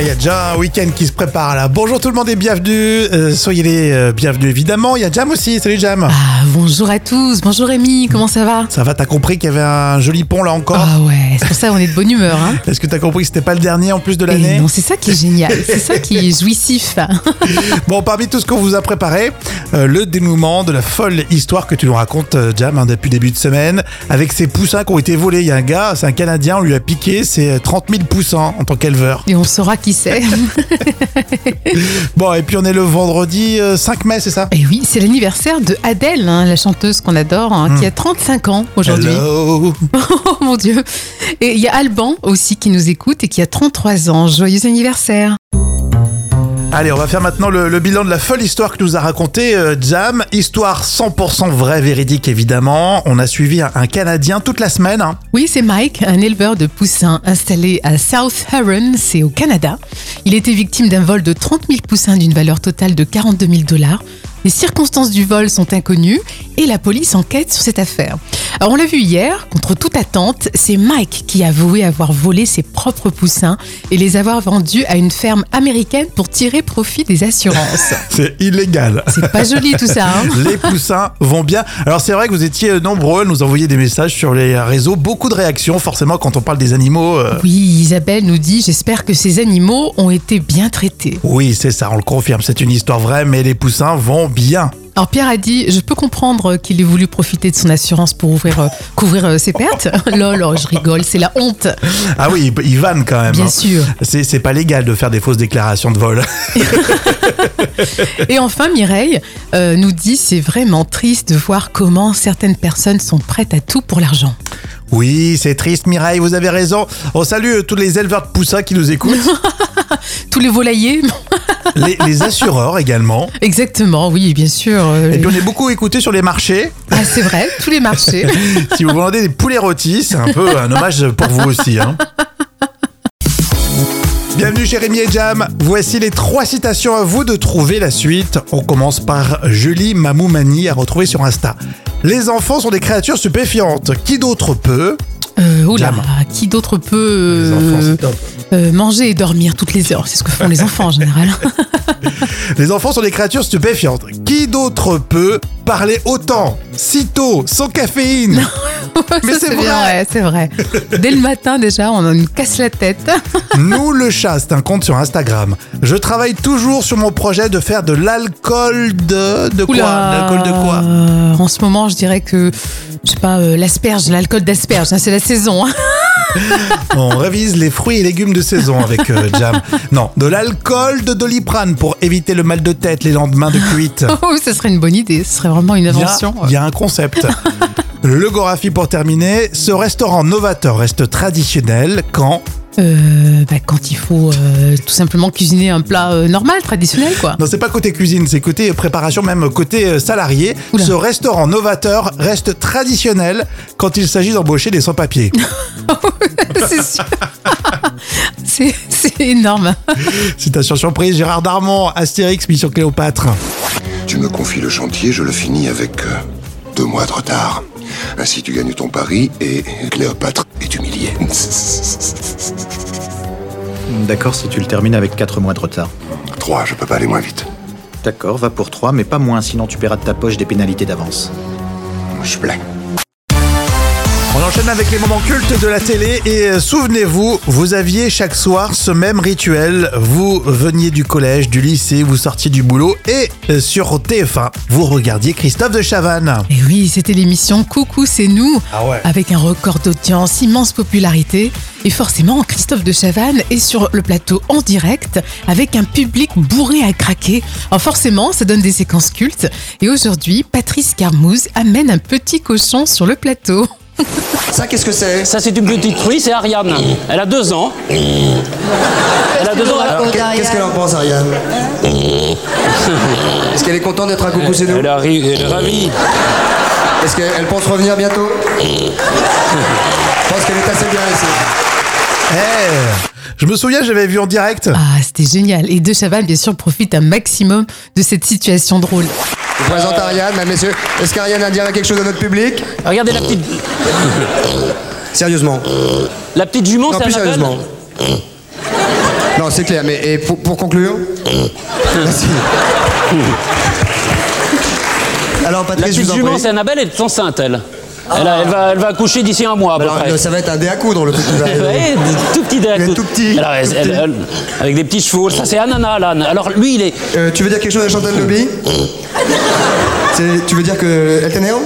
Il y a déjà un week-end qui se prépare là. Bonjour tout le monde et bienvenue. Euh, soyez les euh, bienvenus évidemment. Il y a Jam aussi. Salut Jam. Ah, bonjour à tous, bonjour Rémi, comment ça va Ça va, t'as compris qu'il y avait un joli pont là encore Ah ouais, c'est pour ça qu'on est de bonne humeur. Hein. Est-ce que t'as compris que c'était pas le dernier en plus de Et l'année non, c'est ça qui est génial, c'est ça qui est jouissif. Bon, parmi tout ce qu'on vous a préparé, euh, le dénouement de la folle histoire que tu nous racontes, euh, Jam, hein, depuis début de semaine, avec ces poussins qui ont été volés. Il y a un gars, c'est un Canadien, on lui a piqué ses euh, 30 000 poussins en tant qu'éleveur. Et on saura qui c'est. Bon, et puis on est le vendredi euh, 5 mai, c'est ça Et oui, c'est l'anniversaire de Adèle, hein, la chanteuse qu'on adore, hein, qui a 35 ans aujourd'hui. Hello. Oh mon dieu Et il y a Alban aussi qui nous écoute et qui a 33 ans. Joyeux anniversaire Allez, on va faire maintenant le, le bilan de la folle histoire que nous a raconté euh, Jam. Histoire 100% vraie, véridique évidemment. On a suivi un, un Canadien toute la semaine. hein. Oui, c'est Mike, un éleveur de poussins installé à South Heron, c'est au Canada. Il était victime d'un vol de 30 000 poussins d'une valeur totale de 42 000 dollars. Les circonstances du vol sont inconnues et la police enquête sur cette affaire. Alors on l'a vu hier, contre toute attente, c'est Mike qui a avoué avoir volé ses propres poussins et les avoir vendus à une ferme américaine pour tirer profit des assurances. C'est illégal. C'est pas joli tout ça, hein Les poussins vont bien. Alors c'est vrai que vous étiez euh, nombreux à nous envoyer des messages sur les réseaux, beaucoup de réactions forcément quand on parle des animaux. euh, Oui, Isabelle nous dit, j'espère que ces animaux ont été bien traités. Oui, c'est ça, on le confirme, c'est une histoire vraie, mais les poussins vont bien. Alors Pierre a dit, je peux comprendre qu'il ait voulu profiter de son assurance pour ouvrir, euh, couvrir euh, ses pertes. Lol, oh, je rigole, c'est la honte, Ah oui, ils- ils vannent quand même. bien hein. sûr. C'est c'est pas légal de faire des fausses déclarations de vol. Et enfin, Mireille euh, nous dit, c'est vraiment triste de voir comment certaines personnes sont prêtes à tout pour l'argent. Oui, c'est triste Mireille, vous avez raison. On salue euh, tous les éleveurs de poussins qui nous écoutent. Tous les volaillers les, les assureurs également. Exactement, oui, bien sûr. euh, Et puis on est beaucoup écouté sur les marchés. ah, c'est vrai, tous les marchés. Si vous vendez des poulets rôtis, c'est un peu un hommage pour vous aussi. hein. Bienvenue chez Rémi et Jam. Voici les trois citations à vous de trouver la suite. On commence par Julie Mamoumani à retrouver sur Insta. Les enfants sont des créatures stupéfiantes. Qui d'autre peut Euh, oula, Jam. qui d'autre peut Les enfants, euh, c'est top. euh, manger et dormir toutes les heures C'est ce que font les enfants en général. Les enfants sont des créatures stupéfiantes. Qui d'autre peut parler autant, si tôt, sans caféine Mais Ça, c'est vrai. bien, ouais, c'est vrai. Dès le matin déjà, on nous casse la tête. Nous le chat, c'est un compte sur Instagram. Je travaille toujours sur mon projet de faire de l'alcool de de quoi Oula. L'alcool de quoi Euh, En ce moment, je dirais que, je sais pas, euh, l'asperge, l'alcool d'asperge, hein, c'est la saison. hein. On révise les fruits et légumes de saison avec euh, Jam. Non, de l'alcool de Doliprane pour éviter le mal de tête les lendemains de cuite. Oh, ça serait une bonne idée, ce serait vraiment une Il y a- invention. Il y, a un concept. Le Gorafi pour terminer, ce restaurant novateur reste traditionnel quand... Euh, bah, quand il faut euh, tout simplement cuisiner un plat euh, normal, traditionnel, quoi. Non, c'est pas côté cuisine, c'est côté préparation, même côté euh, salarié. Oula. Ce restaurant novateur reste traditionnel quand il s'agit d'embaucher des sans-papiers. c'est sûr. c'est, c'est énorme. hein. Citation surprise, Gérard Darmon, Astérix, Mission Cléopâtre. Tu me confies le chantier, je le finis avec euh, deux mois de retard. Ainsi tu gagnes ton pari et Cléopâtre est humiliée. D'accord si tu le termines avec 4 mois de retard. Trois, je peux pas aller moins vite. D'accord, va pour 3, mais pas moins, sinon tu paieras de ta poche des pénalités d'avance. Je blague. On enchaîne avec les moments cultes de la télé et euh, souvenez-vous, vous aviez chaque soir ce même rituel. Vous veniez du collège, du lycée, vous sortiez du boulot et euh, sur TF1, vous regardiez Christophe de Chavannes. Et Eh oui, c'était l'émission Coucou, c'est nous, Ah ouais. avec un record d'audience, immense popularité. Et forcément, Christophe de Chavannes est sur le plateau en direct, avec un public bourré à craquer. Alors forcément, ça donne des séquences cultes. Et aujourd'hui, Patrice Carmouze amène un petit cochon sur le plateau. Ça, qu'est-ce que c'est Ça, c'est une petite truie, c'est Ariane. Elle a deux ans. Elle a deux ans. Alors, qu'est- Qu'est-ce qu'elle en pense, Ariane Est-ce qu'elle est contente d'être à Coucou chez nous Elle arrive, elle est ravie. Est-ce qu'elle pense revenir bientôt Je pense qu'elle est assez bien ici. Eh, je me souviens, j'avais vu en direct. Ah, c'était génial. Et de Chavannes, bien sûr, profite un maximum de cette situation drôle. Je Euh. vous présente Ariane, mesdames, messieurs. Est-ce qu'Ariane a dire quelque chose à notre public Regardez la petite, Sérieusement la petite jument, Non, c'est plus Annabelle. sérieusement. Non, c'est clair, mais et pour, pour conclure Merci. Alors, La Patrice, je petite vous en jument, prie. c'est Annabelle, elle est enceinte, elle. Elle, a- elle va, elle va accoucher d'ici un mois à peu Alors, près. ça va être un dé à coudre, le truc qui va Vous voyez, arriver. des tout petit dé à Il euh, est coups. tout petit, Alors, elle- tout elle- petit. elle- avec des petits chevaux. Ça, c'est Anana, l'âne. Alors, lui, il est. Euh, tu veux dire quelque chose à Chantal Lobby C'est- Tu veux dire que elle t'énerve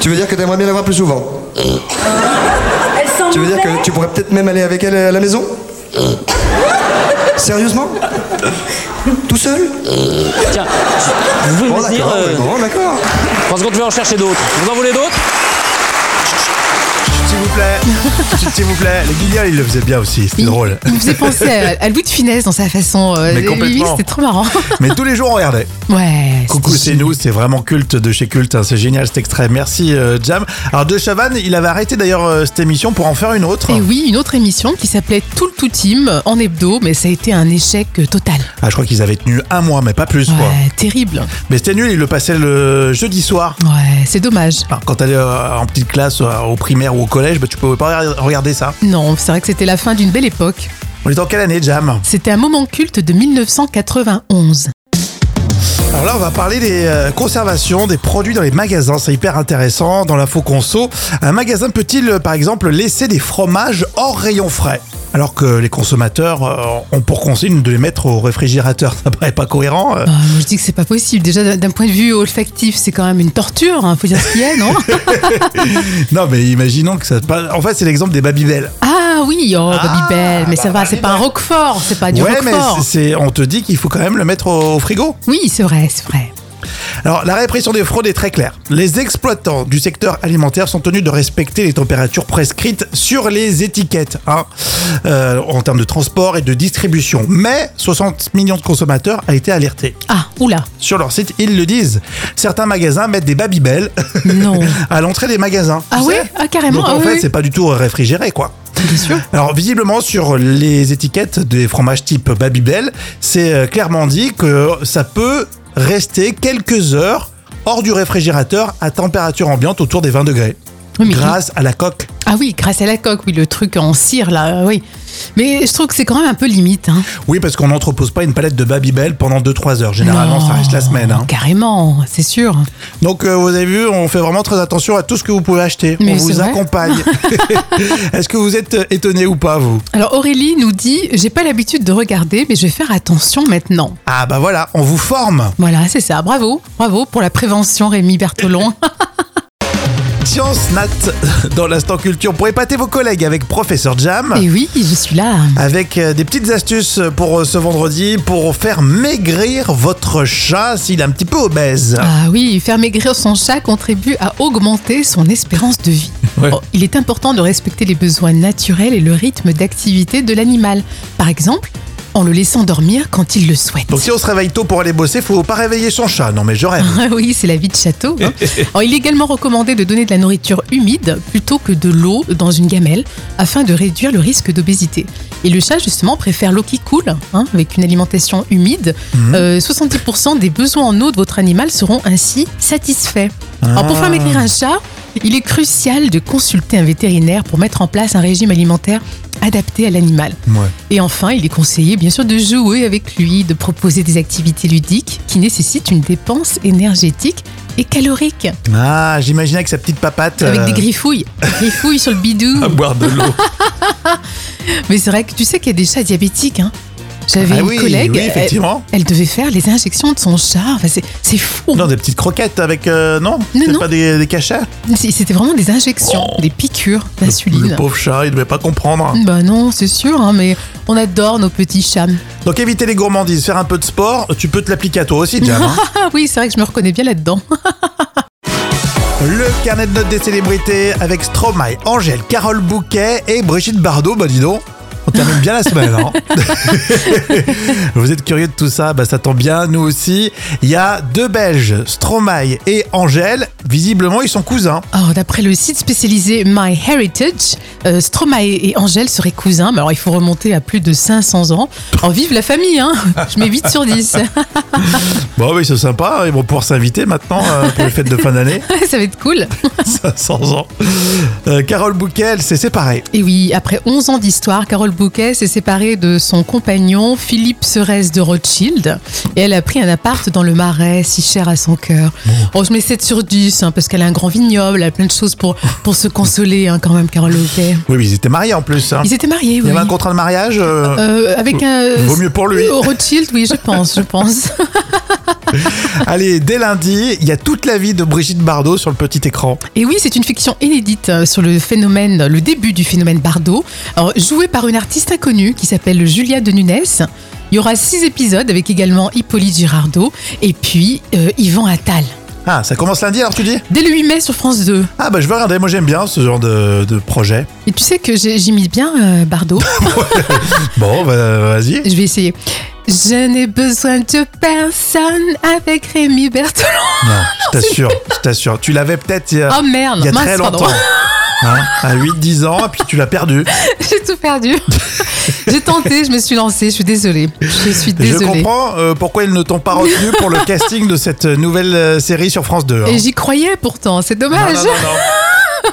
Tu veux dire que t'aimerais bien la voir plus souvent Elle s'en Tu veux dire que tu pourrais peut-être même aller avec elle à la maison Sérieusement Tout seul Tiens, vous pouvez Bon me dire. d'accord, euh, bon d'accord. Parce qu'on devait en chercher d'autres. Vous en voulez d'autres S'il vous plaît, s'il vous plaît. Les Guignols, ils le faisaient bien aussi, c'était Il- drôle. Il me faisait penser à, à Louis de Funès dans sa façon. euh, Mais lui, complètement. C'était trop marrant. Mais tous les jours, on regardait. Ouais. Coucou, c'était c'est nous, c'est vraiment culte de chez Culte, hein, c'est génial cet extrait. Merci euh, Jam. Alors De Chavannes, il avait arrêté d'ailleurs euh, cette émission pour en faire une autre. Et oui, une autre émission qui s'appelait Tout le tout team en hebdo, mais ça a été un échec euh, total. Ah, je crois qu'ils avaient tenu un mois, mais pas plus quoi. Ouais, terrible. Mais c'était nul, ils le passaient le jeudi soir. Ouais, c'est dommage. Alors, quand t'allais euh, en petite classe, euh, au primaire ou au collège, bah, tu pouvais pas re- regarder ça. Non, c'est vrai que c'était la fin d'une belle époque. On est en quelle année, Jam C'était un moment culte de 1991. Alors là, on va parler des euh, conservations, des produits dans les magasins. C'est hyper intéressant. Dans l'info conso, un magasin peut-il, euh, par exemple, laisser des fromages hors rayon frais alors que les consommateurs euh, ont pour consigne de les mettre au réfrigérateur, ça paraît pas cohérent. euh. Ah, moi, je dis que c'est pas possible. Déjà, d'un- d'un point de vue olfactif, c'est quand même une torture. hein. Faut dire ce qu'il y a, non Non, mais imaginons que ça. En fait, c'est l'exemple des Babybel. Ah oui, oh, Ah, Babybel, mais ça bah, va, c'est pas un roquefort, c'est pas Ah, du Ouais, mais roquefort. c'est- c'est- on te dit qu'il faut quand même le mettre au- au frigo. Oui, c'est vrai, c'est vrai. Alors, la répression des fraudes est très claire. Les exploitants du secteur alimentaire sont tenus de respecter les températures prescrites sur les étiquettes, hein, euh, en termes de transport et de distribution. Mais 60 millions de consommateurs a été alerté. Ah, oula, Sur leur site, ils le disent. Certains magasins mettent des babybel non. à l'entrée des magasins. Ah tu oui, sais. ah, carrément, Donc, ah en oui, fait, oui. c'est pas du tout réfrigéré, quoi. Bien sûr. Alors visiblement sur les étiquettes des fromages type Babybel, c'est euh, clairement dit que ça peut rester quelques heures hors du réfrigérateur à température ambiante autour des 20 degrés. Oui, mais- Grâce à la coque. Ah oui, grâce à la coque, oui, le truc en cire, là, euh, oui. Mais je trouve que c'est quand même un peu limite. Hein. Oui, parce qu'on n'entrepose pas une palette de Babybel pendant 2-3 heures. Généralement, Non, ça reste la semaine. hein. Carrément, c'est sûr. Donc, euh, vous avez vu, on fait vraiment très attention à tout ce que vous pouvez acheter. Mais on c'est vous vrai. accompagne. Est-ce que vous êtes euh, étonné ou pas, vous Alors Aurélie nous dit, j'ai pas l'habitude de regarder, mais je vais faire attention maintenant. Ah, bah voilà, on vous forme. Voilà, c'est ça. Bravo, bravo pour la prévention, Rémi Bertolon. Science Nat dans l'instant culture pour épater vos collègues avec Professeur Jam. Et oui, je suis là. Avec euh, des petites astuces pour euh, ce vendredi pour faire maigrir votre chat s'il est un petit peu obèse. Ah oui, faire maigrir son chat contribue à augmenter son espérance de vie. Ouais. Oh, il est important de respecter les besoins naturels et le rythme d'activité de l'animal. Par exemple, en le laissant dormir quand il le souhaite. Donc si on se réveille tôt pour aller bosser, faut pas réveiller son chat. Non mais je rêve. Ah oui, c'est la vie de château. hein. Alors, il est également recommandé de donner de la nourriture humide plutôt que de l'eau dans une gamelle afin de réduire le risque d'obésité. Et le chat, justement, préfère l'eau qui coule hein, avec une alimentation humide. Euh, 70% des besoins en eau de votre animal seront ainsi satisfaits. Alors, pour faire maigrir un chat, il est crucial de consulter un vétérinaire pour mettre en place un régime alimentaire adapté à l'animal. Ouais. Et enfin, il est conseillé bien sûr de jouer avec lui, de proposer des activités ludiques qui nécessitent une dépense énergétique et calorique. Ah, j'imaginais avec sa petite papate. Avec euh, Ah des griffouilles, griffouilles sur le bidou. à boire de l'eau. Mais c'est vrai que tu sais qu'il y a des chats diabétiques. Hein. J'avais Ah une oui, collègue, euh, oui, elle, effectivement. elle devait faire les injections de son chat. Enfin, c'est- c'est fou. Non, des petites croquettes avec... euh, non Non, C'est non. pas des, des cachets C'est- C'était vraiment des injections, des piqûres Le, d'insuline. pauvre chat, il devait pas comprendre. Bah non, c'est sûr, hein, mais on adore nos petits chats. Donc éviter les gourmandises, faire un peu de sport, tu peux te l'appliquer à toi aussi, Jam. hein. Ah oui, c'est vrai que je me reconnais bien là-dedans. Le carnet de notes des célébrités avec Stromae, Angèle, Carole Bouquet et Brigitte Bardot. Bah dis donc, on termine bien la semaine. hein. Vous êtes curieux de tout ça Bah ça tombe bien, nous aussi. Il y a deux Belges, Stromae et Angèle. Visiblement, ils sont cousins. Alors, Oh, d'après le site spécialisé MyHeritage, euh, Stromae et Angèle seraient cousins, mais alors il faut remonter à plus de 500 ans. En vive la famille, hein Je mets 8 sur 10. Bon oui, c'est sympa. hein. Ils vont pouvoir s'inviter maintenant euh, pour les fêtes de fin d'année. Ça va être cool. 500 ans. Euh, Carole Bouquet, elle s'est séparée. Et oui, après 11 ans d'histoire, Carole Bouquet s'est séparée de son compagnon Philippe Serez de Rothschild et elle a pris un appart dans le Marais, si cher à son cœur. Oh, je mets 7 sur 10 hein, parce qu'elle a un grand vignoble, elle a plein de choses pour, pour se consoler hein, quand même, Carole Bouquet. Oui, mais ils étaient mariés en plus. hein. Ils étaient mariés, Il y oui. avait un contrat de mariage euh, Euh, avec un. Vaut mieux pour lui. Euh, Rothschild, oui, je pense, je pense. Allez, dès lundi, il y a toute la vie de Brigitte Bardot sur le petit écran. Et oui, c'est une fiction inédite euh, sur le phénomène, le début du phénomène Bardot, Alors, joué par une artiste inconnue qui s'appelle Julia de Nunes. Il y aura six épisodes avec également Hippolyte Girardot et puis euh, Yvan Attal. Ah, ça commence lundi alors tu dis Dès le 8 mai sur France 2. Ah bah je vais regarder, moi j'aime bien ce genre de, de projet. Et tu sais que j'ai- j'imite bien euh, Bardot. Bon, bah, vas-y. Je vais essayer. Je n'ai besoin de personne avec Rémi Bertolon. Non, je t'assure, je t'assure. Tu l'avais peut-être il y a, Oh merde, il y a mince, très pardon. longtemps. Hein, à 8-10 ans, et puis tu l'as perdu. J'ai tout perdu. j'ai tenté, je me suis lancée, je suis désolée. Je suis désolée. Je comprends euh, pourquoi ils ne t'ont pas retenu pour le casting de cette nouvelle euh, série sur France 2. hein. Et j'y croyais pourtant, c'est dommage. Non, non, non,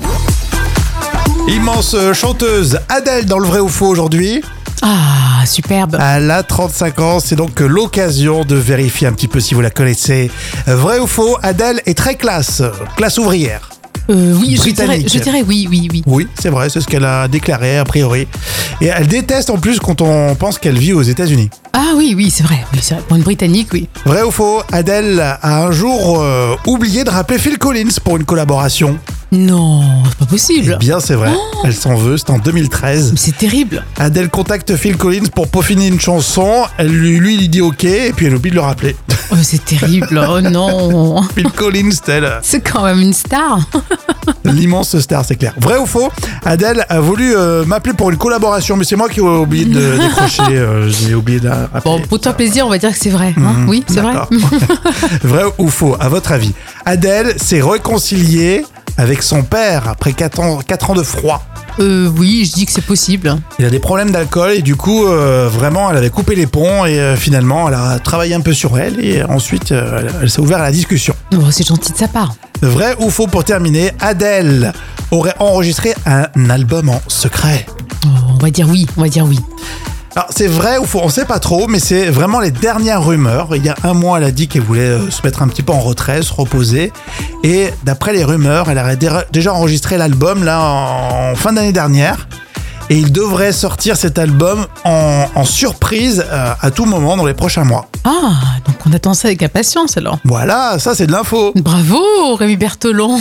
non. Immense euh, chanteuse Adèle dans le vrai ou faux aujourd'hui. Ah, superbe. Elle a 35 ans, c'est donc euh, l'occasion de vérifier un petit peu si vous la connaissez. Euh, Vrai ou faux, Adèle est très classe, euh, classe ouvrière. Euh, oui, je dirais, Britannique. je dirais oui, oui, oui. Oui, c'est vrai, c'est ce qu'elle a déclaré a priori. Et elle déteste en plus quand on pense qu'elle vit aux États-Unis. Ah oui, oui, c'est vrai. oui, c'est vrai. Pour une Britannique, oui. Vrai ou faux, Adèle a un jour euh, oublié de rappeler Phil Collins pour une collaboration. Non, c'est pas Eh possible. bien, c'est vrai, elle s'en veut, c'est en 2013. Mais C'est terrible. Adèle contacte Phil Collins pour peaufiner une chanson. Elle lui, lui, il dit OK, et puis elle oublie de le rappeler. Oh, c'est terrible. Oh non. Phil Collins, tel euh, C'est quand même une star. l'immense star, c'est clair. Vrai ou faux Adèle a voulu euh, m'appeler pour une collaboration, mais c'est moi qui ai oublié de décrocher. euh, J'ai oublié de la rappeler. Bon, pour ton plaisir, on va dire que c'est vrai. hein. oui, c'est vrai. Mhm. D'accord. vrai ou faux À votre avis, Adèle s'est réconciliée avec son père après 4 ans, quatre ans de froid. Euh, oui, je dis que c'est possible. Il a des problèmes d'alcool et du coup, euh, vraiment, elle avait coupé les ponts et euh, finalement, elle a travaillé un peu sur elle et ensuite, euh, elle- elle s'est ouverte à la discussion. Bon, Oh, c'est gentil de sa part. Vrai ou faux pour terminer, Adèle aurait enregistré un album en secret. Oh, on va dire oui, on va dire oui. Alors c'est vrai ou faux, on sait pas trop, mais c'est vraiment les dernières rumeurs. Il y a un mois, elle a dit qu'elle voulait euh, se mettre un petit peu en retrait, se reposer. Et d'après les rumeurs, elle aurait dé- déjà enregistré l'album là en fin d'année dernière. Et il devrait sortir cet album en, en surprise euh, à tout moment dans les prochains mois. Ah, donc on attend ça avec impatience alors. Voilà, ça c'est de l'info. Bravo, Rémi Bertolon.